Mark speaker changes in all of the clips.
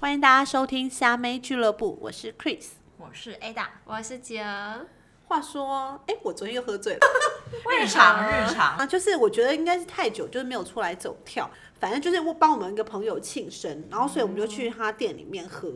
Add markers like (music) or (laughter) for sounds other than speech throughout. Speaker 1: 欢迎大家收听虾妹俱乐部，我是 Chris。
Speaker 2: 我是 Ada，
Speaker 3: 我是杰儿，
Speaker 1: 话说，哎，我昨天又喝醉了
Speaker 2: 日
Speaker 3: 常
Speaker 2: 常日常，
Speaker 1: (laughs) 啊，就是我觉得应该是太久，就是没有出来走跳。反正就是我帮我们一个朋友庆生，然后所以我们就去他店里面喝。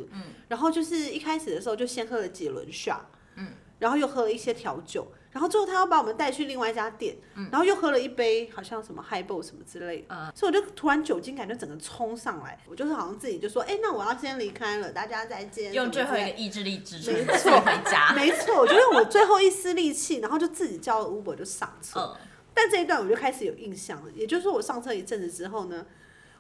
Speaker 1: 然后就是一开始的时候就先喝了几轮 shot，嗯，然后又喝了一些调酒，然后最后他要把我们带去另外一家店，然后又喝了一杯好像什么 highball 什么之类的，所以我就突然酒精感就整个冲上来，我就是好像自己就说，哎，那我要先离开了，大家再见，
Speaker 2: 用
Speaker 1: 什
Speaker 2: 最
Speaker 1: 么之类
Speaker 2: 后一
Speaker 1: 的
Speaker 2: 个意志力支撑
Speaker 1: 没
Speaker 2: 你自己
Speaker 1: 错
Speaker 2: 回家。
Speaker 1: (laughs) 没错，我就用我最后一丝力气，然后就自己叫了 Uber 就上车。
Speaker 2: 嗯，
Speaker 1: 但这一段我就开始有印象了，也就是说我上车一阵子之后呢，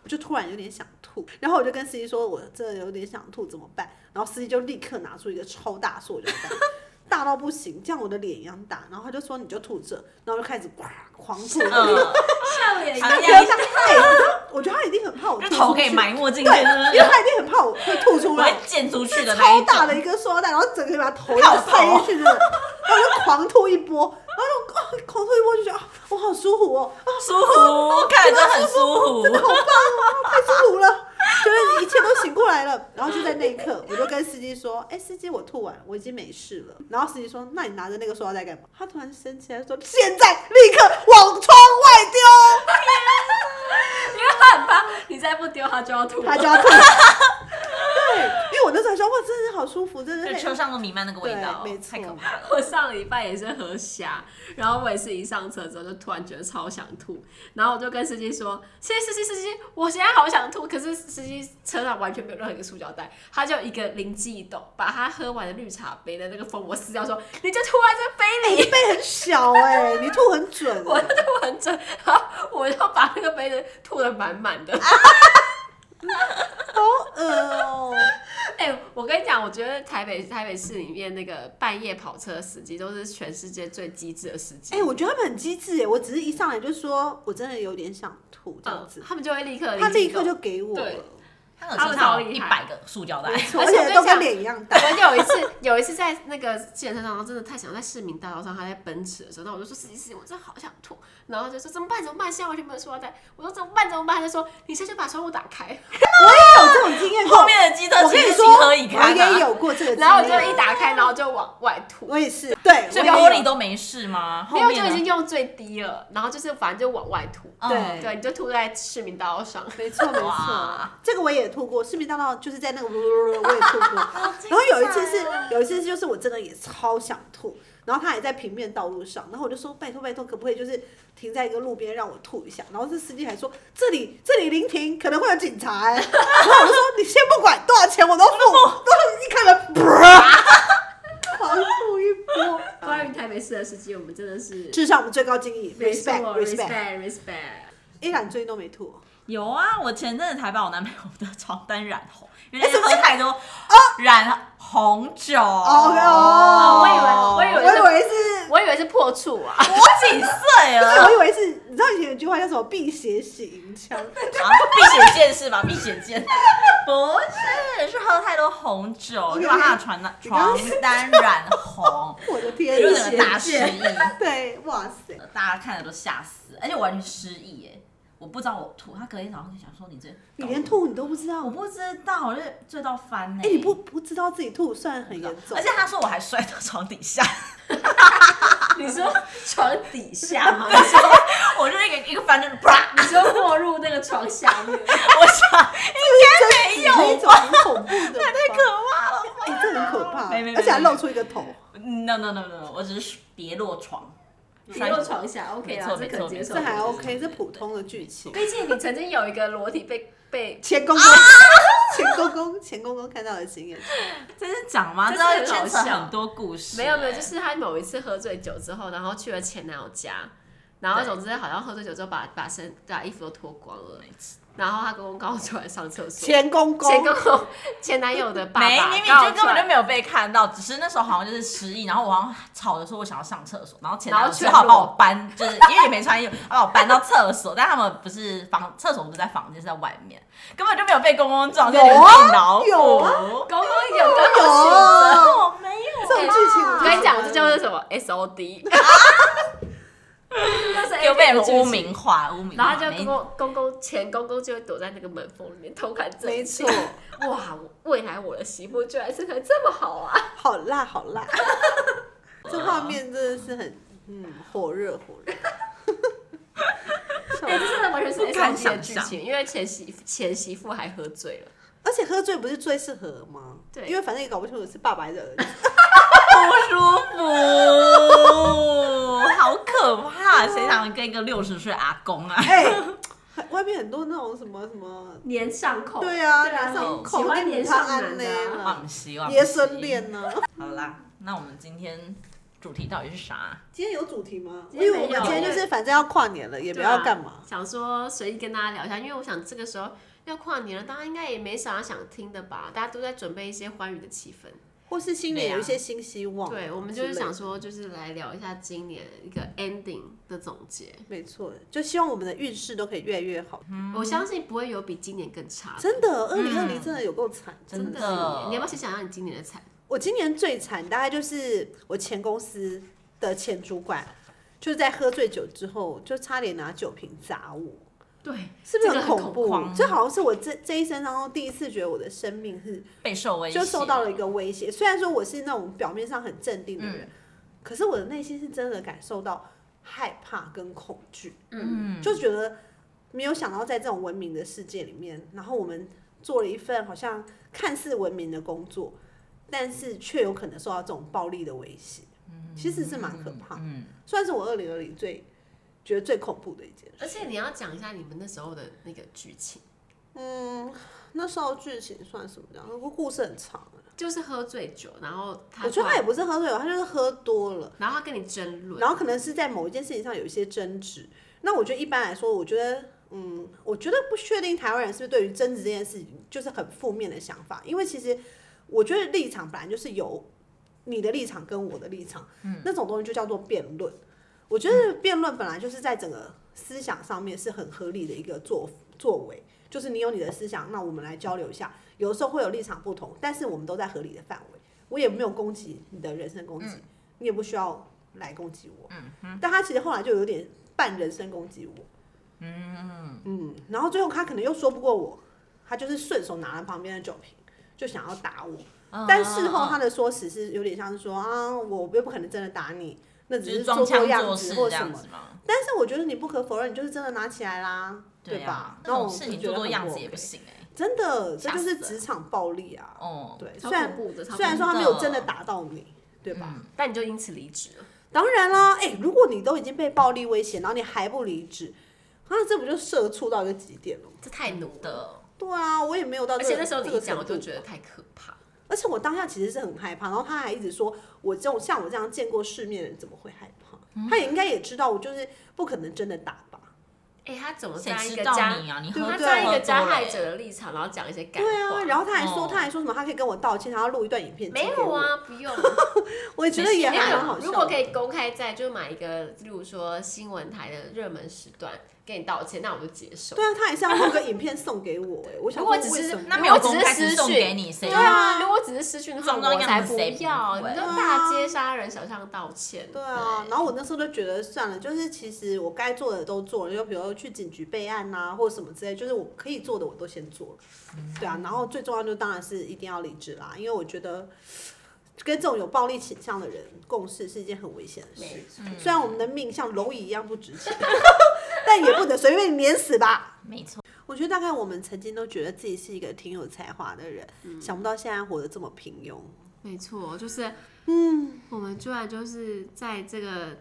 Speaker 1: 我就突然有点想吐，然后我就跟司机说，我真的有点想吐，怎么办？然后司机就立刻拿出一个超大塑料袋， (laughs) 大到不行，像我的脸一样大，然后他就说你就吐这，然后我就开始哇狂吐。 (laughs)
Speaker 2: 嗯，
Speaker 3: 笑脸一
Speaker 2: 好
Speaker 1: 不要
Speaker 2: 呀
Speaker 3: 样，
Speaker 1: 这样哎我觉得他一定很怕我
Speaker 2: 就
Speaker 1: 吐
Speaker 2: 头
Speaker 1: 出
Speaker 2: 可以
Speaker 1: 去，
Speaker 2: 埋没进去，
Speaker 1: 对，因为
Speaker 2: 我
Speaker 1: 他一定很怕我会吐出来
Speaker 2: 会。溅出去的那
Speaker 1: 超
Speaker 2: 一
Speaker 1: 大的
Speaker 2: 种。
Speaker 1: 一个塑料袋，然后整个把头要塞进去的，然后就狂吐一波，然后就、啊、狂吐一波就觉得啊，我好舒服哦，啊，
Speaker 2: 舒服，看着就很舒
Speaker 1: (laughs) 真的
Speaker 2: 服。
Speaker 1: 好棒哦，太舒服了，就是一切都醒过来了。然后就在那一刻，我就跟司机说，哎、司机，我吐完，我已经没事了。然后司机说，那你拿着那个塑料袋干嘛？他突然生气，他说，现在立刻往窗外丢，
Speaker 3: 因为他很怕你再不丢他就要吐了。
Speaker 1: 他就要吐。对，因为我那时候还说，哇，真的是好舒服，真的
Speaker 2: 就是车上都弥漫那个味道
Speaker 1: 对没，错
Speaker 2: 太可怕了。
Speaker 3: 我上礼拜也是喝虾，然后我也是一上车之后就突然觉得超想吐，然后我就跟司机说：“司机司机司机，我现在好想吐。”可是司机车上完全没有任何一个塑胶袋，他就一个灵机一动，把他喝完的绿茶杯的那个封膜撕掉，说：“你就吐在这杯里。”
Speaker 1: 背很小哎、你吐很准、
Speaker 3: 我就吐很准，然后我就把那个杯子吐的满满的。
Speaker 1: 好恶哦、
Speaker 3: (laughs) 哎、我跟你讲，我觉得台北台北市里面那个半夜跑车司机都是全世界最机智的司机。
Speaker 1: 哎、我觉得他们很机智哎，我只是一上来就说我真的有点想吐这样
Speaker 3: 嗯
Speaker 1: 子，，
Speaker 3: 他们就会立刻
Speaker 1: 他立
Speaker 3: 即动
Speaker 1: 刻就给我
Speaker 3: 对
Speaker 1: 了，
Speaker 2: 他的车上有一百个塑胶袋，
Speaker 1: 错而
Speaker 3: 而且我
Speaker 1: 且
Speaker 3: 跟你
Speaker 1: 都跟
Speaker 3: 讲
Speaker 1: 脸一样大。
Speaker 3: 我有一次，有一次在那个计程车上，然后真的太想在市民大道上，他在奔驰的时候，那我就说司机司机，我真的好想吐，然后他就说怎么办怎么办，现在完全没有塑料袋，我说怎么办怎么办，他就说你先去把窗户打
Speaker 1: (laughs)
Speaker 3: 开，
Speaker 1: 我也有这种经验过，
Speaker 2: 后面的机车
Speaker 1: 我
Speaker 2: 其
Speaker 1: 跟你
Speaker 2: 实情
Speaker 1: 说，
Speaker 2: 何以
Speaker 1: 我
Speaker 2: 堪
Speaker 1: 也
Speaker 2: 啊！
Speaker 1: 有过这个经验，
Speaker 3: 然后我就一打开，然后就往外吐，
Speaker 1: 我也是，对，
Speaker 2: 所以
Speaker 1: 我
Speaker 2: 玻
Speaker 1: 也
Speaker 2: 璃
Speaker 1: 有
Speaker 2: 都没事吗？后
Speaker 3: 没有
Speaker 2: 面
Speaker 3: 就
Speaker 2: 呢
Speaker 3: 已经用最低了，然后就是反正就往外吐，
Speaker 2: 嗯
Speaker 1: 对
Speaker 3: 对，你就吐在市民大道上，
Speaker 1: 没错没错
Speaker 2: 哇，
Speaker 1: 这个我也吐过，市民大道就是在那个 (laughs) 我也吐过。
Speaker 3: 哦
Speaker 1: 然后有一次是有一次就是我真的也超想吐，然后他还在平面道路上，然后我就说拜托拜托，可不可以就是停在一个路边让我吐一下？然后这司机还说这里这里临停可能会有警察、欸，然后我就说你先不管多少钱我都付，都一开门，
Speaker 3: (laughs)
Speaker 1: 噗狂吐一波。
Speaker 3: 关于台北市的司机，我们真的是
Speaker 1: 至上我们最高敬意，respect respect。
Speaker 3: respect respect。
Speaker 1: 依然最近都没吐哦，
Speaker 2: 有啊，我前阵子才把我男朋友的床单染红，因
Speaker 1: 哎
Speaker 2: 为
Speaker 1: 什么
Speaker 2: 喝太多染红酒。
Speaker 1: 哦
Speaker 3: 哦我以为我以为是
Speaker 1: 我以为是。
Speaker 3: 我以为是破处啊，
Speaker 2: 我几 (laughs) 岁
Speaker 1: (laughs)
Speaker 2: 啊
Speaker 1: 对，
Speaker 2: 了？
Speaker 1: 我以为是，你知道以前有句话叫什么“辟邪洗银枪
Speaker 2: 啊，避险剑是吧？避险剑
Speaker 1: (laughs)
Speaker 2: 不是，是喝太多红酒，
Speaker 1: OK，
Speaker 2: 就把他的床单
Speaker 1: 你刚
Speaker 2: 床
Speaker 1: 刚
Speaker 2: 单染
Speaker 1: (laughs)
Speaker 2: 红，”，
Speaker 1: 我的天，
Speaker 2: 有
Speaker 1: 辟
Speaker 2: 点
Speaker 1: 邪
Speaker 2: 大失
Speaker 1: 剑
Speaker 2: 忆，
Speaker 1: 对，哇塞，
Speaker 2: 大家看了都吓死，而且我完全失忆耶，我不知道我吐，他隔天早上就想说你这，
Speaker 1: 你连，吐你都不知道，
Speaker 2: 我不知道，我就醉到翻呢。
Speaker 1: 哎，你不不知道自己吐，算很严重，
Speaker 2: 而且他说我还摔到床底下，
Speaker 3: 你说床底下吗？你说
Speaker 2: 我就一个一个翻就是啪，
Speaker 3: 你说没入那个床下面？
Speaker 2: 我想
Speaker 1: 应
Speaker 2: 该没有啊
Speaker 1: 一种很恐怖
Speaker 2: (laughs)
Speaker 1: 的吧，
Speaker 2: 太可怕了。
Speaker 1: 哎，这很可怕，
Speaker 2: 没没没
Speaker 1: 而且还露出一个头，
Speaker 2: No no no no，我只是跌落床，
Speaker 3: 跌落床下，OK
Speaker 2: 没
Speaker 3: 啦，
Speaker 2: 错
Speaker 3: 这
Speaker 2: 没错
Speaker 3: 可接受
Speaker 1: 这。还
Speaker 2: 没错
Speaker 1: OK，这普通的剧情。
Speaker 3: 毕竟你曾经有一个裸体被被，
Speaker 1: 前公公，
Speaker 2: 啊
Speaker 1: (laughs) 前公公，前公公看到的经验，
Speaker 2: 这是讲吗？
Speaker 3: 这
Speaker 2: 这
Speaker 3: 是很
Speaker 2: 要牵扯
Speaker 3: 好笑
Speaker 2: 很多故事、欸
Speaker 3: 没有没有，就是是他某一次喝醉酒之后，然后去了前男友家，然后
Speaker 2: 对
Speaker 3: 总之好像喝醉酒之后把把身把衣服都脱光了，然后他公公告我出来上厕所，
Speaker 1: 前公公，
Speaker 3: 前公公前男友的爸
Speaker 2: 没，
Speaker 3: 爸
Speaker 2: 明明
Speaker 3: 告
Speaker 2: 就
Speaker 3: 出
Speaker 2: 根本就
Speaker 3: 来，
Speaker 2: 没有被看到，只是那时候好像就是失忆，然后我好像吵着说我想要上厕所，然后前男
Speaker 3: 然
Speaker 2: 友
Speaker 3: 后
Speaker 2: 只好
Speaker 3: 全裸
Speaker 2: 把我搬，就是因为也没穿衣服，把我搬到厕所，但他们不是房厕所不是在房间，是在外面，根本就没有被公公撞，
Speaker 1: 有啊
Speaker 2: 就有点自己脑补
Speaker 1: 有啊
Speaker 3: 公公有跟
Speaker 1: 有
Speaker 3: 我
Speaker 1: 啊
Speaker 2: 哎我没有，
Speaker 1: 这种剧情我
Speaker 3: 我
Speaker 1: 就
Speaker 3: 跟你讲，
Speaker 1: 喜欢
Speaker 3: 这叫做什么 SOD。那是 (laughs) A
Speaker 2: 又被
Speaker 3: 片
Speaker 2: 人
Speaker 3: 的
Speaker 2: 污
Speaker 3: 剧情。
Speaker 2: 名化，污名
Speaker 3: 然后
Speaker 2: 化。
Speaker 3: 他就
Speaker 2: 没
Speaker 3: 公公公公前公公就会躲在那个门缝里面偷看这一
Speaker 1: 没
Speaker 3: 切
Speaker 1: 错，
Speaker 3: 哇，未来我的媳妇居然身材这么好啊！
Speaker 1: 好辣好
Speaker 2: (laughs)
Speaker 1: 辣，这画面真的是很嗯火热火热。
Speaker 3: (laughs) 哎、这真的完全是 S
Speaker 2: 不敢
Speaker 3: N G 的
Speaker 2: 想
Speaker 3: 剧
Speaker 2: 象
Speaker 3: 情，因为前媳前媳妇还喝醉了，
Speaker 1: 而且喝醉不是最适合吗？
Speaker 3: 对
Speaker 1: 因为反正也搞不清楚是爸爸惹
Speaker 3: (laughs)
Speaker 1: 的。
Speaker 2: 不舒服，好可怕！谁想跟一个六十岁阿公啊？
Speaker 1: 哎、外面很多那种什么什么，
Speaker 3: 粘上口，
Speaker 1: 对啊，
Speaker 3: 对啊
Speaker 1: 脸上
Speaker 3: 喜
Speaker 1: 口
Speaker 3: 欢
Speaker 1: 令
Speaker 3: 粘
Speaker 1: 他
Speaker 3: 上
Speaker 1: 安
Speaker 3: 男
Speaker 1: 呢
Speaker 3: 的啊、
Speaker 1: 啦
Speaker 2: 忘希望
Speaker 1: 爷孙。恋啊呢？
Speaker 2: 好啦，那我们今天主题到底是啥？
Speaker 1: 今天有主题吗？
Speaker 3: 今
Speaker 1: 因
Speaker 3: 天
Speaker 1: 为
Speaker 3: 没有
Speaker 1: 我们今天就是反正要跨年了，也不
Speaker 3: 对
Speaker 1: 要
Speaker 3: 啊
Speaker 1: 干嘛。
Speaker 3: (laughs) 想说随意跟大家聊一下，因为我想这个时候要跨年了，大家应该也没啥想听的吧？大家都在准备一些欢愉的气氛。
Speaker 1: 或是新年
Speaker 2: 对啊
Speaker 1: 有一些新希望，
Speaker 3: 对，我们就是想，说，就是来聊一下今年一个 ending 的总结。
Speaker 1: 没错，就希望我们的运势都可以越来越好。
Speaker 3: 我相信不会有比今年更差
Speaker 1: 真的，二零二
Speaker 2: 嗯
Speaker 1: 零真的有够惨，
Speaker 2: 真
Speaker 3: 的
Speaker 2: 的
Speaker 3: 你要不要先想想你今年的惨？
Speaker 1: 我今年最惨，大概就是我前公司的前主管，就是在喝醉酒之后，就差点拿酒瓶砸我，
Speaker 3: 对，
Speaker 1: 是不是
Speaker 3: 这个很
Speaker 1: 恐怖？
Speaker 2: 恐
Speaker 1: 这
Speaker 2: 慌
Speaker 1: 好像是我这这一生当中第一次觉得我的生命是
Speaker 2: 备受威胁，
Speaker 1: 就受到了一个威胁。虽然说我是那种表面上很镇定的人，可是我的内心是真的感受到害怕跟恐惧。
Speaker 3: 嗯，
Speaker 1: 就觉得没有想到在这种文明的世界里面，然后我们做了一份好像看似文明的工作，但是却有可能受到这种暴力的威胁，其实是蛮可怕。
Speaker 2: 嗯，
Speaker 1: 算是我二零二零最觉得最恐怖的一件事。
Speaker 3: 而且你要讲一下你们那时候的那个剧情，
Speaker 1: 嗯，那时候剧情算什么样？那个故事很长啊，
Speaker 3: 就是喝醉酒，然后他
Speaker 1: 我觉得他
Speaker 3: 突然
Speaker 1: 也不是喝醉酒，他就是喝多了。
Speaker 3: 然后他跟你争论，
Speaker 1: 然后可能是在某一件事情上有一些争执。那我觉得一般来说，我觉得，嗯，我觉得不确定台湾人是不是对于争执这件事情就是很负面的想法，因为其实我觉得立场本来就是有你的立场跟我的立场，嗯，那种东西就叫做辩论。我觉得辩论本来就是在整个思想上面是很合理的一个作作为，就是你有你的思想，那我们来交流一下。有的时候会有立场不同，但是我们都在合理的范围。我也没有攻击你的人身攻
Speaker 2: 嗯
Speaker 1: 击，你也不需要来攻击我。但他其实后来就有点半人身攻击我。嗯然后最后他可能又说不过我，他就是顺手拿了旁边的酒瓶，就想要打我。
Speaker 2: 嗯
Speaker 1: 但事后他的说辞是有点像是说啊，我又不可能真的打你，那只
Speaker 2: 只是
Speaker 1: 做
Speaker 2: 装
Speaker 1: 做
Speaker 2: 腔
Speaker 1: 样
Speaker 2: 作
Speaker 1: 子
Speaker 2: 势
Speaker 1: 或
Speaker 2: 这
Speaker 1: 什
Speaker 2: 样
Speaker 1: 么。
Speaker 2: 子嘛，
Speaker 1: 但是我觉得你不可否认，你就是真的拿起来啦，
Speaker 2: 对
Speaker 1: 吧
Speaker 2: 啊？，
Speaker 1: 那
Speaker 2: 那
Speaker 1: 我
Speaker 2: 种
Speaker 1: 就
Speaker 2: 事情
Speaker 1: 觉
Speaker 2: 做
Speaker 1: 得
Speaker 2: 做
Speaker 1: 很
Speaker 2: 样
Speaker 1: 不
Speaker 2: 子也
Speaker 1: OK
Speaker 2: 不行哎，
Speaker 1: 真的，这
Speaker 2: 吓
Speaker 1: 就是
Speaker 2: 死
Speaker 1: 职场暴力啊。
Speaker 2: 哦，
Speaker 1: 对，
Speaker 3: 超
Speaker 1: 虽然
Speaker 3: 恐怖的，超
Speaker 1: 虽然
Speaker 3: 恐
Speaker 1: 说
Speaker 3: 怖
Speaker 1: 他
Speaker 2: 真
Speaker 1: 没有
Speaker 2: 的
Speaker 1: 真的打到你，对吧？
Speaker 2: 嗯
Speaker 3: 的但你就因此离职了。
Speaker 1: 当然啦，哎、如果你都已经被暴力威胁，然后你还不离职，啊，这不就社畜到一个极点了吗？
Speaker 3: 这太奴了。
Speaker 2: 的，
Speaker 1: 对啊，我也没有到、
Speaker 3: 而
Speaker 1: 这个
Speaker 3: 且那时候
Speaker 1: 这
Speaker 3: 你
Speaker 1: 个
Speaker 3: 一讲，我
Speaker 1: 程
Speaker 3: 就
Speaker 1: 度
Speaker 3: 觉得太可怕。
Speaker 1: 而且我当下其实是很害怕，然后他还一直说我这种像我这样见过世面的人怎么会害怕？
Speaker 2: 嗯
Speaker 1: 他也应该也知道我就是不可能真的打吧？
Speaker 3: 哎、他怎么
Speaker 2: 谁
Speaker 3: 站一
Speaker 2: 知
Speaker 3: 个
Speaker 2: 道
Speaker 3: 加，
Speaker 2: 你啊？你
Speaker 1: 对不
Speaker 2: 喝
Speaker 3: 他
Speaker 1: 对
Speaker 2: 醉
Speaker 3: 站一
Speaker 2: 喝
Speaker 3: 个
Speaker 2: 多
Speaker 3: 加
Speaker 2: 了
Speaker 3: 害
Speaker 2: 欸
Speaker 3: 者的立场，然后讲一些感
Speaker 1: 对啊，
Speaker 3: 话
Speaker 1: 然后他还说、
Speaker 2: 哦
Speaker 1: 他还说什么他可以跟我道歉，他要录一段影片。
Speaker 3: 没有，啊，不用。
Speaker 1: 我觉得也
Speaker 3: 没
Speaker 1: 还
Speaker 3: 有啊
Speaker 1: 蛮好笑的。
Speaker 3: 如果可以公开在，就买一个，例如说新闻台的热门时段给你道歉，那我就接受。
Speaker 1: 对啊，他还是要录个影片送给我、
Speaker 3: (laughs)
Speaker 1: 哎，我想
Speaker 3: 如果
Speaker 1: 说
Speaker 3: 只
Speaker 1: 为
Speaker 3: 是
Speaker 1: 什么啊
Speaker 2: 那
Speaker 3: 如
Speaker 2: 没有
Speaker 3: 果只
Speaker 2: 公
Speaker 3: 是
Speaker 2: 开只
Speaker 3: 私
Speaker 2: 送
Speaker 3: 讯
Speaker 2: 给你，谁
Speaker 3: 对
Speaker 1: 对啊
Speaker 3: 啊，如果只是私讯的话，
Speaker 2: 撞到
Speaker 3: 我才
Speaker 2: 样子
Speaker 3: 不
Speaker 2: 谁不
Speaker 3: 要，
Speaker 2: 会
Speaker 3: 你就
Speaker 1: 啊
Speaker 3: 大街杀人，小巷道歉。
Speaker 1: 对啊，然后我那时候就觉得算了，就是其实我该做的都做了，就比如说去警局备案呐、或者什么之类，就是我可以做的我都先做了，对
Speaker 3: 嗯
Speaker 1: 啊，然后最重要就当然是一定要离职啦，因为我觉得跟这种有暴力倾向的人共事是一件很危险的事
Speaker 3: 没。
Speaker 1: 虽然我们的命像蝼蚁一样不值钱，
Speaker 3: (laughs)
Speaker 1: 但也不能随便碾死吧。
Speaker 2: 没错，
Speaker 1: 我觉得大概我们曾经都觉得自己是一个挺有才华的人，
Speaker 3: 嗯
Speaker 1: 想不到现在活得这么平庸。
Speaker 3: 没错，就是，嗯，我们居然就是在这个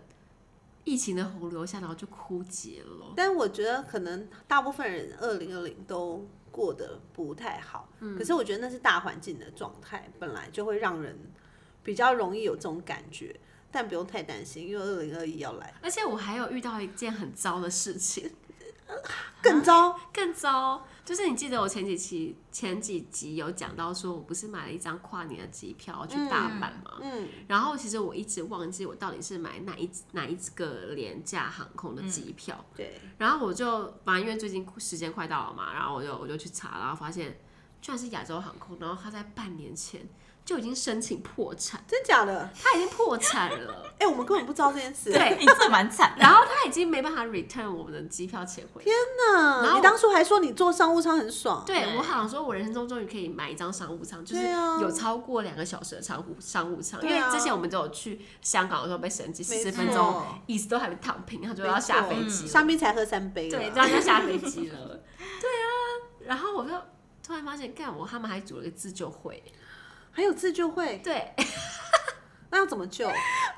Speaker 3: 疫情的洪流下，然后就枯竭了。
Speaker 1: 但我觉得可能大部分人二零二零都过得不太好，
Speaker 3: 嗯
Speaker 1: 可是我觉得那是大环境的状态，本来就会让人比较容易有这种感觉，但不用太担心，因为二零二一要来，
Speaker 3: 而且我还有遇到一件很糟的事情，啊
Speaker 1: 更糟。
Speaker 3: 更糟，就是你记得我前几期前几集有讲到说，我不是买了一张跨年的机票去大阪吗？
Speaker 1: 嗯，
Speaker 3: 然后其实我一直忘记我到底是买哪一哪一个廉价航空的机票，
Speaker 1: 对，
Speaker 3: 然后我就反正因为最近时间快到了嘛，然后我就我就去查，然后发现居然是亚洲航空，然后他在半年前就已经申请破产，
Speaker 1: 真假的？
Speaker 3: 他已经破产了， (laughs)
Speaker 1: 哎、我们根本不知道这件事。
Speaker 3: 对
Speaker 2: 你这蛮惨的。
Speaker 3: 然后他已经没办法 return 我们的机票钱回来。然
Speaker 1: 那
Speaker 3: 后
Speaker 1: 嗯你当初还说你坐商务舱很爽，
Speaker 3: 对
Speaker 2: 对
Speaker 3: 我好像说，我人生中终于可以买一张商务舱，就是
Speaker 1: 对啊
Speaker 3: 有超过两个小时的商务商务舱，因
Speaker 1: 对
Speaker 3: 为
Speaker 1: 啊
Speaker 3: 之前我们都有去香港的时候被审计
Speaker 1: 没
Speaker 3: 十分钟
Speaker 1: 错，
Speaker 3: 椅子都还没躺平，他就要下飞机
Speaker 1: 嗯
Speaker 3: 了，
Speaker 1: 香槟才喝三杯啦，
Speaker 3: 对，这样就下飞机了， (laughs) 对啊，然后我就突然发现，干我他们还组了个自救会，
Speaker 1: 还有自救会，
Speaker 3: 对，
Speaker 1: 那要怎么救？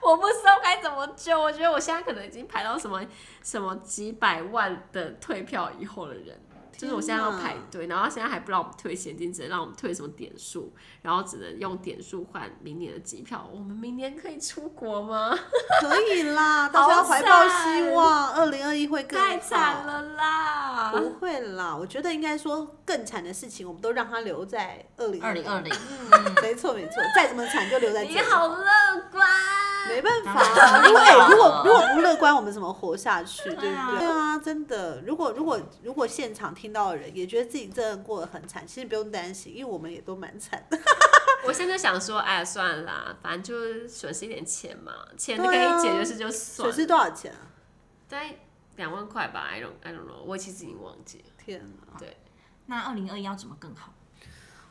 Speaker 3: 我不知道该怎么救，我觉得我现在可能已经排到什么什么几百万的退票以后的人，就是我现在要排队，然后现在还不让我们退现金，只能让我们退什么点数，然后只能用点数换明年的机票。我们明年可以出国吗？ (laughs)
Speaker 1: 可以啦，到时候要怀抱希望，二零二一会更好
Speaker 3: 太惨。了啦！
Speaker 1: 不会啦，我觉得应该说更惨的事情，我们都让它留在二零
Speaker 2: 二零二零，
Speaker 1: 嗯，没错没
Speaker 3: (laughs)
Speaker 1: 错，再怎么惨就留在这
Speaker 3: 你
Speaker 1: 里。
Speaker 3: 好乐观，
Speaker 1: 没办法、
Speaker 2: 当然
Speaker 1: 如果、
Speaker 2: 了
Speaker 1: 哎如果如果不乐观，我们怎么活下去？对不
Speaker 2: 对啊
Speaker 1: 对？对啊，真的。如果如果如果现场听到的人也觉得自己真的过得很惨，其实不用担心，因为我们也都蛮惨的。
Speaker 3: 我现在就想说，哎，算了啦，反正就是损失一点钱嘛，钱可
Speaker 1: 对啊
Speaker 3: 以解决是就算
Speaker 1: 损失
Speaker 3: 了，
Speaker 1: 多少钱啊？
Speaker 3: 大概两万块吧，I don't I don't know，我其实已经忘记了。
Speaker 1: 天啊！
Speaker 2: 那二零二一要怎么更好？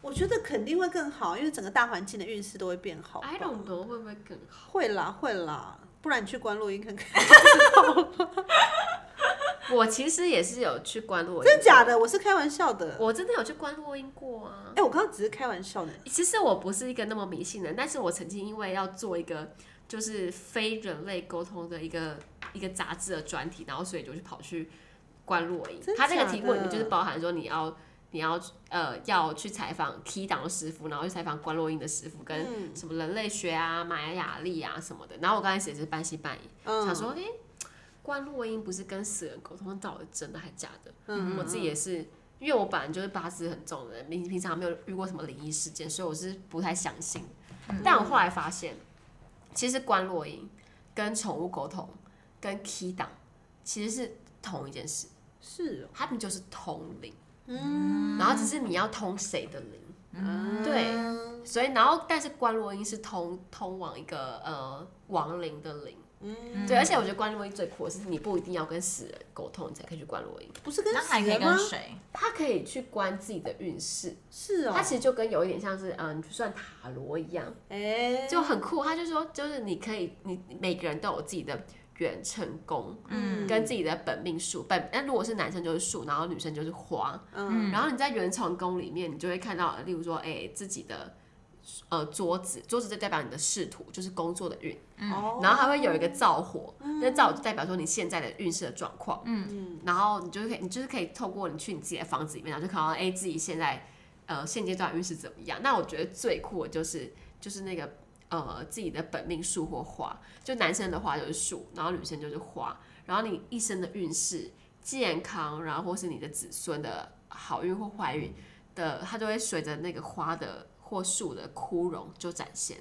Speaker 1: 我觉得肯定会更好，因为整个大环境的运势都会变好吧。
Speaker 3: I don't know 会不会更好？
Speaker 1: 会啦会啦，不然你去关录音看看。
Speaker 3: 我其实也是有去关录音，
Speaker 1: 真假？的？我是开玩笑的。
Speaker 3: 我真的有去关录音过啊
Speaker 1: 哎、。我刚刚只是开玩笑的。
Speaker 3: 其实我不是一个那么迷信的人，但是我曾经因为要做一个就是非人类沟通的一个一个杂志的专题，然后所以就去跑去关录音
Speaker 1: 真。
Speaker 3: 它这个
Speaker 1: 假
Speaker 3: 题目里面
Speaker 1: 的
Speaker 3: 就是包含说你要你要呃要去采访 T 档的师傅，然后去采访关录音的师傅跟
Speaker 1: 嗯
Speaker 3: 什么人类学啊、玛雅历啊什么的。然后我刚开始也是半信半疑，
Speaker 1: 嗯，
Speaker 3: 想说，哎、关录音不是跟死人沟通，到底真的还假的？
Speaker 1: 嗯
Speaker 3: 我自己也是，因为我本来就是八字很重的人，平平常没有遇过什么灵异事件，所以我是不太相信。
Speaker 1: 嗯
Speaker 3: 但我后来发现，其实关录音跟宠物沟通跟 key 档其实是同一件事，
Speaker 1: 是哦，
Speaker 3: 他们就是通灵，
Speaker 1: 嗯，
Speaker 3: 然后只是你要通谁的灵。对所以，然后但是关落音是通通往一个呃亡灵的灵，
Speaker 1: 嗯
Speaker 3: 对，而且我觉得关落音最酷的是，你不一定要跟死人沟通，你才可以去关落音，
Speaker 1: 不是跟
Speaker 2: 那还可以
Speaker 1: 死人吗
Speaker 2: 跟？谁？
Speaker 3: 他可以去关自己的运势，
Speaker 1: 是哦
Speaker 3: 他，其实就跟有一点像是嗯，就算塔罗一样，
Speaker 1: 哎、
Speaker 3: 就很酷。他就说，就是你可以，你每个人都有自己的元辰宫。
Speaker 1: 嗯
Speaker 3: 跟自己的本命数，本那如果是男生就是树，然后女生就是花，
Speaker 1: 嗯
Speaker 3: 然后你在元辰宫里面，你就会看到，例如说，哎、自己的呃桌子，桌子就代表你的仕途，就是工作的运，
Speaker 1: 哦
Speaker 3: 嗯然后还会有一个灶火，那灶就代表说你现在的运势的状况，嗯，然后你就是可以，你就是可以透过你去你自己的房子里面，然后就看到，哎、自己现在呃现阶段运势怎么样？那我觉得最酷的就是就是那个。呃，自己的本命树或花，就男生的话就是树，然后女生就是花，然后你一生的运势、健康，然后或是你的子孙的好运或坏运的，它就会随着那个花的或树的枯荣就展现。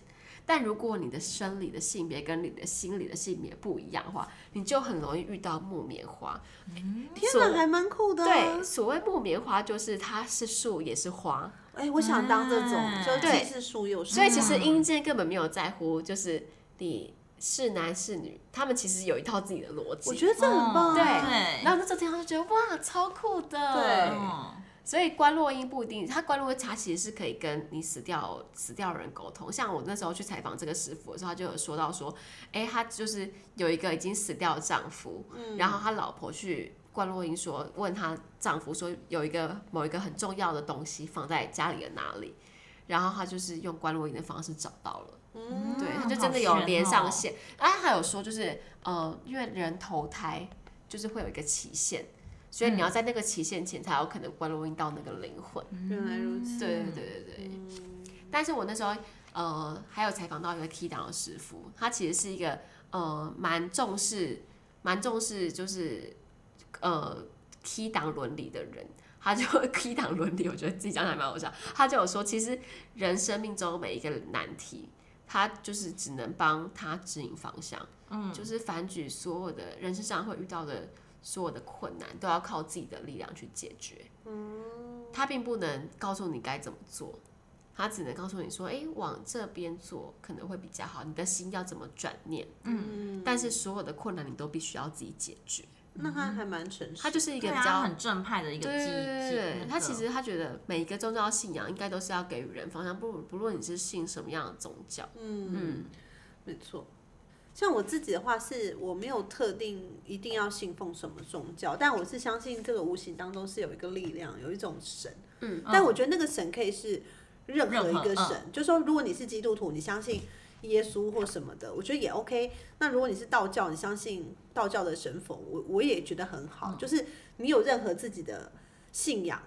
Speaker 3: 但如果你的生理的性别跟你的心理的性别不一样的话，你就很容易遇到木棉花。
Speaker 1: 嗯天
Speaker 3: 所
Speaker 1: 哪，还蛮酷的、啊。
Speaker 3: 对，，所谓木棉花就是它是树也是花，
Speaker 1: 哎、我想当这种，
Speaker 2: 嗯
Speaker 1: 就
Speaker 3: 对
Speaker 1: 既是树又是花。
Speaker 3: 所以其实阴间根本没有在乎，就是你是男是女，他们其实有一套自己的逻辑。
Speaker 1: 我觉得这很棒、啊
Speaker 2: 哦
Speaker 3: 对，
Speaker 2: 对
Speaker 3: 然后那这地方就觉得哇，超酷的。
Speaker 1: 对
Speaker 2: 嗯
Speaker 3: 所以关落音不一定，他关落音他其实是可以跟你死掉死掉的人沟通。像我那时候去采访这个师傅的时候，他就有说到说，哎、他就是有一个已经死掉的丈夫，然后他老婆去关落音说，问他丈夫说有一个某一个很重要的东西放在家里的哪里，然后他就是用关落音的方式找到了。
Speaker 1: 嗯，
Speaker 3: 对，
Speaker 2: 嗯
Speaker 3: 他就真的
Speaker 2: 好
Speaker 3: 有
Speaker 2: 悬
Speaker 3: 连
Speaker 2: 哦
Speaker 3: 上线。然后还有说，就是呃，因为人投胎就是会有一个期限，所以
Speaker 2: 嗯
Speaker 3: 你要在那个期限前才有可能关录音到那个灵魂。
Speaker 1: 原来如此。
Speaker 3: 对对对对对。但是我那时候呃，还有采访到一个 key 档的师傅，他其实是一个呃蛮重视蛮重视就是呃 key 档伦理的人。他就 (laughs) key 档伦理，我觉得自己讲的还蛮好笑。他就有说，其实人生命中每一个难题，他就是只能帮他指引方向。嗯，就是反举所有的人生上会遇到的所有的困难，都要靠自己的力量去解决。嗯，他并不能告诉你该怎么做，他只能告诉你说，诶，往这边做可能会比较好，你的心要怎么转念。嗯，但是所有的困难你都必须要自己解决，
Speaker 1: 那他还蛮诚实。
Speaker 3: 他就是一个
Speaker 2: 对
Speaker 3: 比
Speaker 2: 啊，
Speaker 3: 较
Speaker 2: 他很正派的一个
Speaker 3: 对
Speaker 2: 记
Speaker 3: 对
Speaker 2: 记
Speaker 3: 对
Speaker 2: 那
Speaker 3: 对
Speaker 2: 个，
Speaker 3: 他其实他觉得每一个宗教信仰应该都是要给予人方向，不不论你是信什么样的宗教，
Speaker 1: 嗯，没错。像我自己的话，是我没有特定一定要信奉什么宗教，但我是相信这个无形当中是有一个力量，有一种神。嗯，但我觉得那个神可以是任何一
Speaker 2: 任何
Speaker 1: 个神，就说如果你是基督徒，你相信耶稣或什么的，我觉得也 OK。那如果你是道教，你相信道教的神佛，我我也觉得很好。就是你有任何自己的信仰，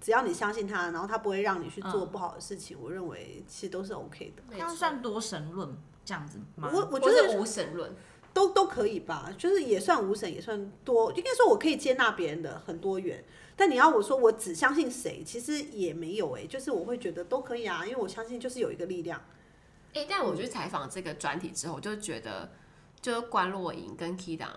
Speaker 1: 只要你相信他，然后他不会让你去做
Speaker 2: 嗯
Speaker 1: 不好的事情，我认为其实都是 OK 的。
Speaker 3: 没
Speaker 2: 他
Speaker 3: 错
Speaker 2: 算多神论这样子吗？
Speaker 1: 我我觉
Speaker 3: 或
Speaker 1: 得
Speaker 3: 是无神论，
Speaker 1: 都都可以吧，就是也算无神，也算多，应该说我可以接纳别人的很多元。但你要我说我只相信谁，其实也没有诶、就是我会觉得都可以啊，因为我相信就是有一个力量。
Speaker 3: 哎、但我去采访这个专题之后，我就觉得，就是关若莹跟 Kida，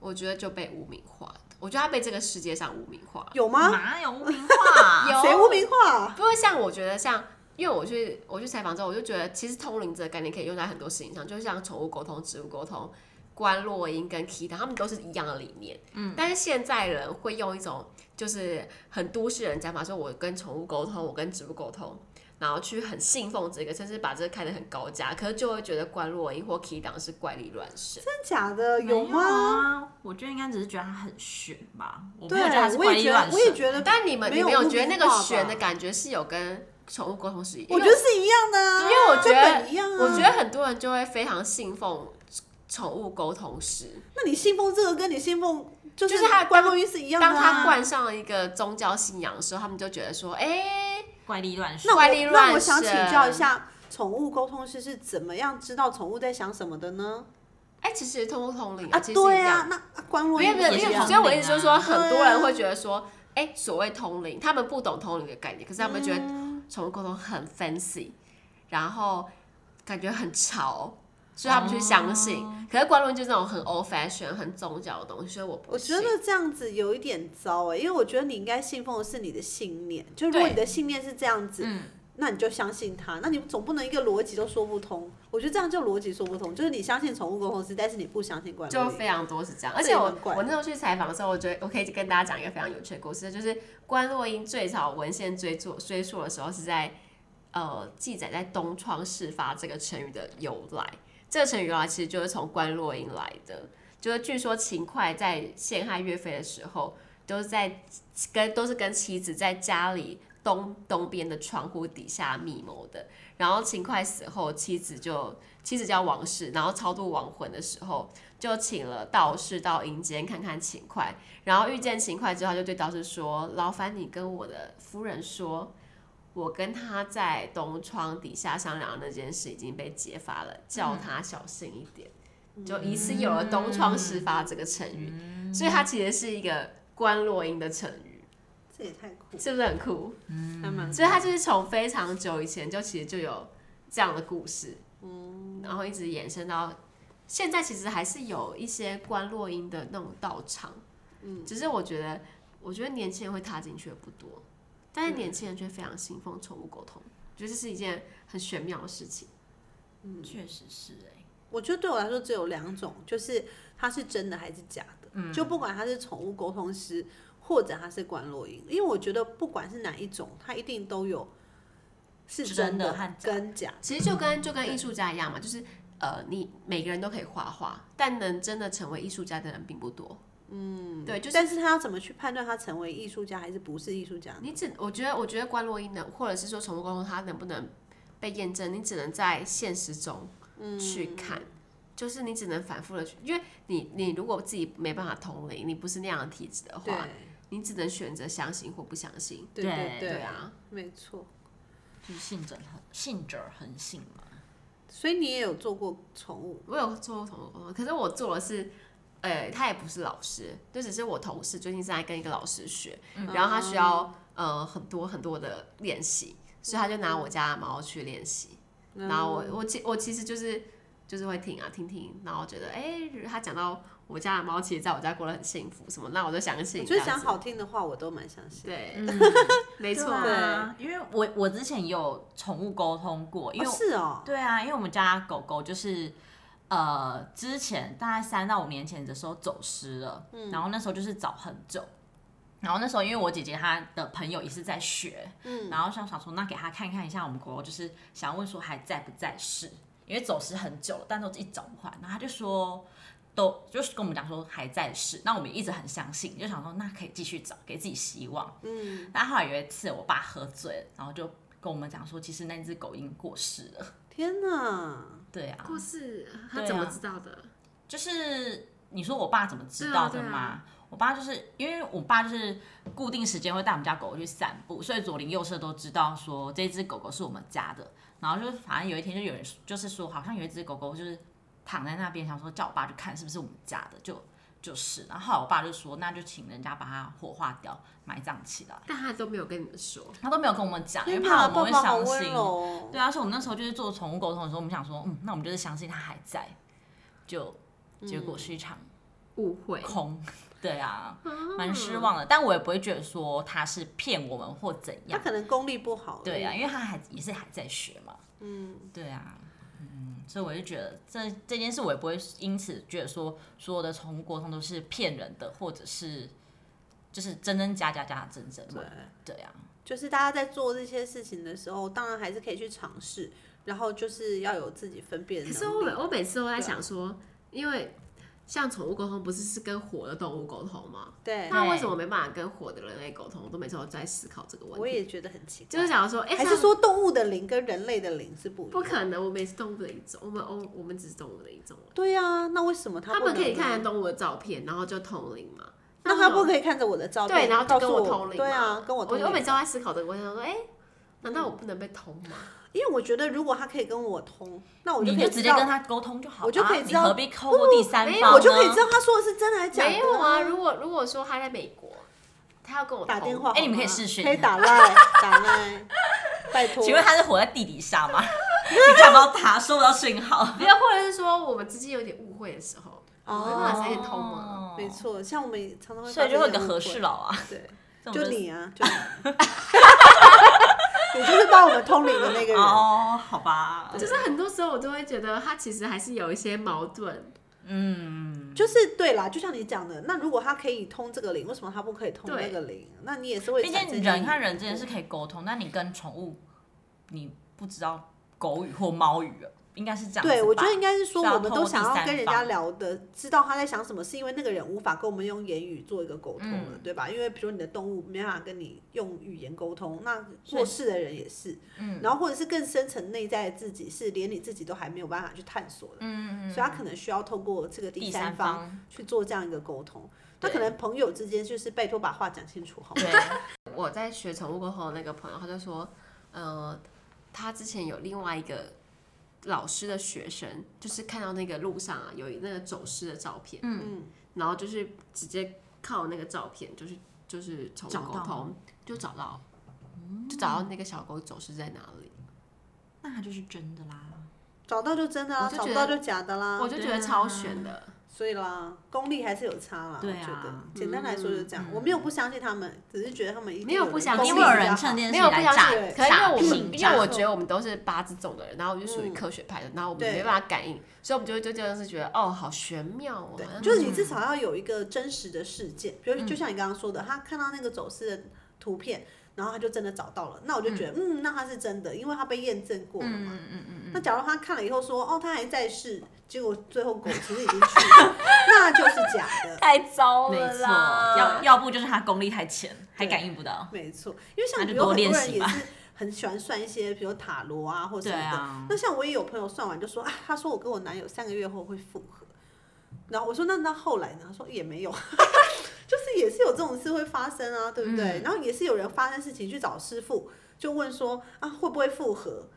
Speaker 3: 我觉得就被污名化了，我觉得他被这个世界上污名化了。
Speaker 1: 有吗？
Speaker 2: 哪有污名
Speaker 1: (laughs)
Speaker 2: 化？
Speaker 3: 有
Speaker 1: 谁污名化？
Speaker 3: 不过像我觉得像。因为我去我去采访之后，我就觉得其实通灵这个概念可以用在很多事情上，就像宠物沟通、植物沟通、关洛音跟 Kita，他们都是一样的理念。嗯，但是现在人会用一种就是很都市人讲法，说我跟宠物沟通，我跟植物沟通，然后去很信奉这个，甚至把这个看得很高价，可是就会觉得关洛音或 Kita 是怪力乱神。
Speaker 1: 真假的？
Speaker 2: 没有
Speaker 1: 吗？
Speaker 2: 啊？我觉得应该只是觉得他很悬吧，我没
Speaker 1: 对
Speaker 3: 啊
Speaker 2: 有觉得他，是
Speaker 1: 我
Speaker 2: 怪
Speaker 1: 也
Speaker 2: 力
Speaker 1: 觉得
Speaker 2: 乱，
Speaker 1: 我也
Speaker 2: 神。
Speaker 1: 觉得，
Speaker 3: 但你们
Speaker 1: 没
Speaker 3: 你
Speaker 1: 有
Speaker 3: 们有觉得那
Speaker 1: 污
Speaker 3: 个
Speaker 1: 名化吧
Speaker 3: 悬的感觉是有跟宠物沟通是一样？
Speaker 1: 我觉得是一样的、啊，
Speaker 3: 因为我觉得
Speaker 1: 根本一样啊。
Speaker 3: 我觉得很多人就会非常信奉宠物沟通师，
Speaker 1: 那你信奉这个跟你信奉就
Speaker 3: 就是他
Speaker 1: 关洛音是一样的、
Speaker 3: 当
Speaker 1: 啊。
Speaker 3: 他冠上了一个宗教信仰的时候，他们就觉得说，哎、
Speaker 2: 怪力乱神
Speaker 1: 那。
Speaker 3: 怪力
Speaker 1: 我那我
Speaker 3: 乱
Speaker 1: 想请
Speaker 3: 神
Speaker 1: 教一下，宠物沟通师是怎么样知道宠物在想什么的呢？
Speaker 3: 哎、其实通不通灵
Speaker 1: 啊，
Speaker 3: 其实是一
Speaker 1: 对啊，
Speaker 3: 样，
Speaker 1: 那啊关洛
Speaker 3: 没
Speaker 1: 音
Speaker 3: 有没有，
Speaker 1: 不
Speaker 2: 也
Speaker 1: 是一
Speaker 2: 是
Speaker 3: 因为
Speaker 1: 样
Speaker 2: 通
Speaker 3: 所以我一直就说，
Speaker 2: 灵啊
Speaker 3: 很多人会觉得说，哎、所谓通灵，他们不懂通灵的概念，可是他们觉得
Speaker 1: 嗯
Speaker 3: 宠物沟通很 fancy，然后感觉很潮。所以他们去相信，
Speaker 1: 哦
Speaker 3: 可是关论就是那种很 old fashion、很宗教的东西，所以我不
Speaker 1: 我觉
Speaker 3: 信
Speaker 1: 得这样子有一点糟哎、因为我觉得你应该信奉的是你的信念，就如果
Speaker 3: 对嗯
Speaker 1: 你的信念是这样子，那你就相信它，那你总不能一个逻辑都说不通。我觉得这样就逻辑说不通，就是你相信宠物沟通师，但是你不相信关洛
Speaker 3: 就
Speaker 1: 音
Speaker 3: 非常多是这样。而
Speaker 1: 这
Speaker 3: 且
Speaker 1: 也
Speaker 3: 我
Speaker 1: 蛮怪的
Speaker 3: 我那时候去采访的时候，我觉得我可以跟大家讲一个非常有趣的故事，就是关洛英最早文献追溯追溯的时候是在呃记载在东窗事发这个成语的由来。这个成语由来其实就是从关洛英来的，就是据说秦桧在陷害岳飞的时候，都是在跟都是跟妻子在家里东东边的窗户底下密谋的。然后秦桧死后，妻子就妻子叫王氏，然后超度亡魂的时候，就请了道士到阴间看看秦桧。然后遇见秦桧之后，他就对道士说：“劳烦你跟我的夫人说，我跟他在东窗底下商量的那件事已经被揭发了，叫他小心一点。就疑似有了“东窗事发”这个成语，所以它其实是一个关落音的成语，
Speaker 1: 这也太酷，
Speaker 3: 是不是很酷？
Speaker 1: 还蛮
Speaker 3: 所以它就是从非常久以前就其实就有这样的故事，嗯，然后一直延伸到现在，其实还是有一些关落音的那种道场，嗯，只是我觉得，我觉得年轻人会踏进去的不多，但是年轻人却非常信奉宠物沟通，我觉得这是一件很玄妙的事情。
Speaker 2: 确实是哎、
Speaker 1: 我觉得对我来说只有两种，就是它是真的还是假的。
Speaker 3: 嗯
Speaker 1: 就不管它是宠物沟通师，或者它是管洛音，因为我觉得不管是哪一种，它一定都有是
Speaker 2: 真
Speaker 1: 真
Speaker 2: 的
Speaker 1: 的
Speaker 2: 和假
Speaker 1: 跟假的。
Speaker 3: 啊其实就跟就跟艺术家一样嘛，就是呃，你每个人都可以画画，但能真的成为艺术家的人并不多。嗯，对，就是
Speaker 1: 但是他要怎么去判断他成为艺术家还是不是艺术家？
Speaker 3: 你只我觉得我觉得关洛音能，或者是说宠物沟通它能不能被验证，你只能在现实中去看。就是你只能反复的去，因为你你如果自己没办法通灵，你不是那样的体质的话，你只能选择相信或不相信。
Speaker 1: 对对
Speaker 2: 对
Speaker 3: 对啊，
Speaker 1: 没错。
Speaker 2: 就是信者恒信者恒信
Speaker 1: (laughs)
Speaker 2: 嘛。
Speaker 1: 所以你也有做过宠物，
Speaker 3: 我有做过宠物沟通，可是我做的是，呃，他也不是老师，就只是我同事最近在跟一个老师学，然后他需要呃很多很多的练习，所以他就拿我家的猫去练习。
Speaker 1: 嗯
Speaker 3: 嗯然后我我其我其实就是就是会听啊听听，然后觉得哎、他讲到我家的猫其实在我家过得很幸福什么，那我就相信。
Speaker 1: 我觉得
Speaker 3: 这样
Speaker 1: 讲
Speaker 3: 子
Speaker 1: 好听的话，我都蛮相信。
Speaker 3: 对，
Speaker 2: 嗯
Speaker 3: 没错，
Speaker 2: 对啊，因为我我之前也有宠物沟通过，因为
Speaker 1: 哦，是哦，
Speaker 2: 对啊，因为我们家狗狗就是呃，之前大概三到五年前的时候走失了，然后那时候就是找很久。然后那时候，因为我姐姐她的朋友也是在学，嗯，然后想想说，那给她看看一下我们狗狗，就是想问说还在不在世，因为走失很久了，但都一找不回来。然后她就说，都就是跟我们讲说还在世，那我们一直很相信，就想说那可以继续找，给自己希望。嗯，但后来有一次我爸喝醉了，然后就跟我们讲说，其实那只狗已经过世了。
Speaker 1: 天哪！
Speaker 2: 对啊，
Speaker 3: 故事他
Speaker 2: 对啊
Speaker 3: 怎么知道的？
Speaker 2: 就是你说我爸怎么知道的
Speaker 3: 对啊对
Speaker 2: 吗？
Speaker 3: 啊
Speaker 2: 我爸就是因为我爸就是固定时间会带我们家狗狗去散步，所以左邻右舍都知道说这只狗狗是我们家的。然后就是反正有一天就有人就是说，好像有一只狗狗就是躺在那边，想说叫我爸去看是不是我们家的，就就是。然后后来我爸就说，那就请人家把它火化掉，埋葬起来。
Speaker 3: 但他都没有跟你们说。
Speaker 2: 他都没有跟我们讲，因为
Speaker 1: 天哪，
Speaker 2: 怕我们
Speaker 1: 爸
Speaker 2: 会
Speaker 1: 爸好
Speaker 2: 伤
Speaker 1: 温
Speaker 2: 心。
Speaker 1: 柔哦。
Speaker 2: 对啊，所以我们那时候就是做宠物沟通的时候，我们想说，嗯，那我们就是相信它还在，就
Speaker 1: 嗯
Speaker 2: 结果是一场
Speaker 3: 误会，
Speaker 2: 空。对啊，蛮失望的，但我也不会觉得说他是骗我们或怎
Speaker 1: 他
Speaker 2: 样。
Speaker 1: 可能功力不好。
Speaker 2: 对啊，，因为他还也是还在学嘛。
Speaker 1: 嗯，
Speaker 2: 对啊，嗯，所以我就觉得这这件事我也不会因此觉得说所有的宠物沟通都是骗人的，或者是就是真真假假假真真嘛。
Speaker 1: 对。
Speaker 2: 对啊，
Speaker 1: 就是大家在做这些事情的时候，当然还是可以去尝试，然后就是要有自己分辨的能
Speaker 3: 可是我
Speaker 1: 力
Speaker 3: 每。我每次都在想说，因为像宠物沟通不是是跟活的动物沟通吗？
Speaker 1: 对，
Speaker 3: 那为什么没办法跟活的人类沟通？我都每次都在思考这个问
Speaker 1: 我
Speaker 3: 题，
Speaker 1: 也觉得很奇怪。
Speaker 3: 就是想说，哎、
Speaker 1: 还
Speaker 3: 像
Speaker 1: 是说动物的灵跟人类的灵是不一样？
Speaker 3: 不可能，我们也是动物的一种，我们我我们只是动物的一种。
Speaker 1: 对啊，那为什么
Speaker 3: 他
Speaker 1: 不
Speaker 3: 们
Speaker 1: 能
Speaker 3: 可以
Speaker 1: 呢
Speaker 3: 看得动物的照片，然后就通灵嘛？
Speaker 1: 那他
Speaker 3: 为什
Speaker 2: 嗯
Speaker 1: 不
Speaker 3: 么
Speaker 1: 可以看着我的照片，
Speaker 3: 对，然后
Speaker 1: 哎告
Speaker 3: 就
Speaker 1: 诉
Speaker 3: 跟
Speaker 1: 我
Speaker 3: 通灵嘛？
Speaker 1: 对啊，跟我
Speaker 3: 我
Speaker 1: 通
Speaker 3: 就我每
Speaker 1: 灵。
Speaker 3: 次都在思考这个问题，我想说，哎、难道我不能被通吗？
Speaker 1: 因为我觉得如果他可以跟我通，那我就
Speaker 2: 你
Speaker 1: 可以
Speaker 2: 就
Speaker 1: 知
Speaker 2: 直接
Speaker 1: 道
Speaker 2: 跟他沟通就好了啊，
Speaker 1: 我就可以知
Speaker 2: 你
Speaker 1: 道哦
Speaker 2: 何必透过第三
Speaker 3: 没有
Speaker 2: 方呢？
Speaker 1: 我就可以
Speaker 2: 啊
Speaker 1: 知道他说的是真的还是假的。
Speaker 3: 没有啊，，如果如果说他在美国，他要跟我
Speaker 1: 打
Speaker 3: 通
Speaker 1: 电话好吗，
Speaker 2: 哎你们可以试训
Speaker 1: 可以打赖，打
Speaker 2: (laughs)
Speaker 1: 赖，拜托。
Speaker 2: 请问他是活在地底下吗？ (laughs) 你看不到他，收不到讯号，
Speaker 3: 没有，或者是说我们之间有点误会的时候，我没办法直接通
Speaker 2: 哦
Speaker 3: 嘛。
Speaker 1: 啊没，错，像我们常常会，
Speaker 2: 所以就会有个和事。佬啊，
Speaker 1: 对，
Speaker 2: 这种
Speaker 1: 就是你啊，就你，
Speaker 2: (laughs)
Speaker 1: 你就是帮我们通灵的那个人。
Speaker 2: 哦，好吧，
Speaker 3: 就是很多时候我都会觉得他其实还是有一些矛盾，
Speaker 2: 嗯，
Speaker 1: (laughs) 就是对啦，就像你讲的，那如果他可以通这个灵，为什么他不可以通那个灵？那你也是会
Speaker 2: 毕
Speaker 1: 产生
Speaker 2: 竟
Speaker 1: 疑惑，
Speaker 2: 人和人之间是可以沟通，但你跟宠物，你不知道狗语或猫语，应该是这样子吧。
Speaker 1: 对，我觉得应该是说，
Speaker 2: 是要
Speaker 1: 我们
Speaker 2: 透
Speaker 1: 都
Speaker 2: 过
Speaker 1: 想
Speaker 2: 第
Speaker 1: 要
Speaker 2: 三
Speaker 1: 跟人家
Speaker 2: 方
Speaker 1: 聊的，知道他在想什么，是因为那个人无法跟我们用言语做一个沟通了，
Speaker 2: 嗯
Speaker 1: 对吧？因为比如你的动物没办法跟你用语言沟通，那过世的人也是，嗯，然后或者是更深层内在的自己，是连你自己都还没有办法去探索的，
Speaker 2: 嗯，嗯，嗯
Speaker 1: 所以他可能需要透过这个
Speaker 2: 第
Speaker 1: 第
Speaker 2: 三
Speaker 1: 三方
Speaker 2: 方，
Speaker 1: 去做这样一个沟通。那可
Speaker 2: 对
Speaker 1: 能朋友之间就是拜托把话讲清楚好吗？
Speaker 2: 对， (laughs)
Speaker 3: 我在学宠物过后那个朋友，他就说，呃，他之前有另外一个老师的学生，就是看到那个路上啊有那个走失的照片，
Speaker 1: 嗯，
Speaker 3: 然后就是直接靠那个照片，就是就是宠
Speaker 2: 找
Speaker 3: 物沟
Speaker 2: 到
Speaker 3: 通就找到，
Speaker 1: 嗯
Speaker 3: 就找到那个小狗走失在哪里。
Speaker 2: 那它就是真的啦。
Speaker 1: 找到就真的啦，
Speaker 3: 我就
Speaker 1: 找
Speaker 3: 觉
Speaker 1: 不
Speaker 3: 得
Speaker 1: 到就假的啦。
Speaker 2: 哦
Speaker 3: 我就觉得
Speaker 2: 啊
Speaker 3: 超悬的，
Speaker 1: 所以啦，功力还是有差啦。
Speaker 2: 对
Speaker 1: 我觉得
Speaker 2: 啊
Speaker 1: 简单来说就是这样。我没有不相信他们，只是觉得他们一定
Speaker 3: 没有不相
Speaker 1: 人
Speaker 3: 信
Speaker 2: 一定
Speaker 1: 功
Speaker 2: 会
Speaker 1: 力比较
Speaker 2: 有人
Speaker 1: 好
Speaker 2: 趁这件
Speaker 3: 没
Speaker 2: 事情
Speaker 3: 有不
Speaker 2: 来
Speaker 3: 相
Speaker 2: 炸
Speaker 3: 信
Speaker 1: 对，
Speaker 3: 可能因为我
Speaker 2: 诈骗
Speaker 3: 们因为我
Speaker 1: 诈
Speaker 3: 觉得我们都是八字重的人，然后我就属于科学派的，然后我们
Speaker 1: 对
Speaker 3: 没办法感应，所以我们就会对这件事觉得哦好玄妙哦，
Speaker 2: 嗯
Speaker 3: 好像
Speaker 1: 就是你至少要有一个真实的事件，比如就像你刚刚说的，他看到那个走私的图片，然后他就真的找到了，那我就觉得嗯，那他是真的，因为他被验证过了嘛。
Speaker 2: 嗯嗯嗯
Speaker 1: 那假如他看了以后说哦，他还在世，结果最后狗其实已经去
Speaker 2: (laughs)
Speaker 1: 了，那就是假的。
Speaker 3: 太
Speaker 2: 嗯，
Speaker 3: 糟
Speaker 2: 没错，要要不就是它功力太浅，还
Speaker 1: 对
Speaker 2: 感应不到。
Speaker 1: 没错，因为像
Speaker 2: 那
Speaker 1: 比
Speaker 2: 就
Speaker 1: 如很
Speaker 2: 多
Speaker 1: 多
Speaker 2: 练
Speaker 1: 人
Speaker 2: 习
Speaker 1: 也
Speaker 2: 吧
Speaker 1: 是很喜欢算一些，比如塔罗啊或什
Speaker 2: 对
Speaker 1: 么的。
Speaker 2: 啊，
Speaker 1: 那像我也有朋友算完就说啊，他说我跟我男友三个月后会复合，然后我说那那后来呢？他说也没有， (laughs) 就是也是有这种事会发生啊，对不
Speaker 2: 嗯
Speaker 1: 对？然后也是有人发生事情去找师傅，就问说啊会不会复合？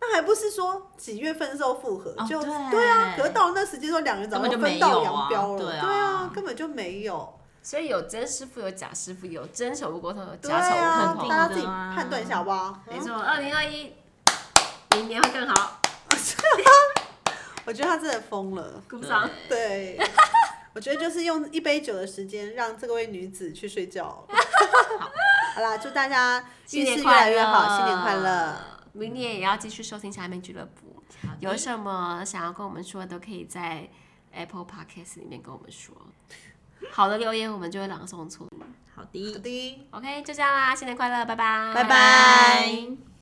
Speaker 1: 那还不是说几月份的时候复合，
Speaker 2: 哦
Speaker 1: 就
Speaker 2: 对
Speaker 1: 啊，可是到了那时间说两个人早
Speaker 2: 根本就
Speaker 1: 分
Speaker 2: 没
Speaker 1: 道
Speaker 2: 有
Speaker 1: 扬
Speaker 2: 啊
Speaker 1: 镳了，
Speaker 2: 对啊
Speaker 1: 根本就没有，
Speaker 3: 所以有真师傅有假师傅，有真宠物沟通有
Speaker 1: 对
Speaker 3: 假宠物
Speaker 1: 啊
Speaker 3: 沟，通，
Speaker 1: 大家
Speaker 2: 的
Speaker 1: 自己
Speaker 2: 啊
Speaker 1: 判断一下好不好？
Speaker 3: 没
Speaker 1: 嗯
Speaker 3: 错，二零二一明年会更好，
Speaker 1: 我觉得他真的疯了，
Speaker 3: 鼓掌。
Speaker 1: 对。我觉得就是用一杯酒的时间让这位女子去睡 (laughs) 觉。好啦，祝大家运势越来越好，新年快乐！！
Speaker 3: 明年也要继续收听下面俱乐部，有什么想要跟我们说的，都可以在 Apple Podcast 里面跟我们说。好的留言我们就会朗诵出。
Speaker 2: 好的
Speaker 1: 好。的。
Speaker 3: OK，就这样啦，新年快乐，拜拜，
Speaker 1: 拜拜。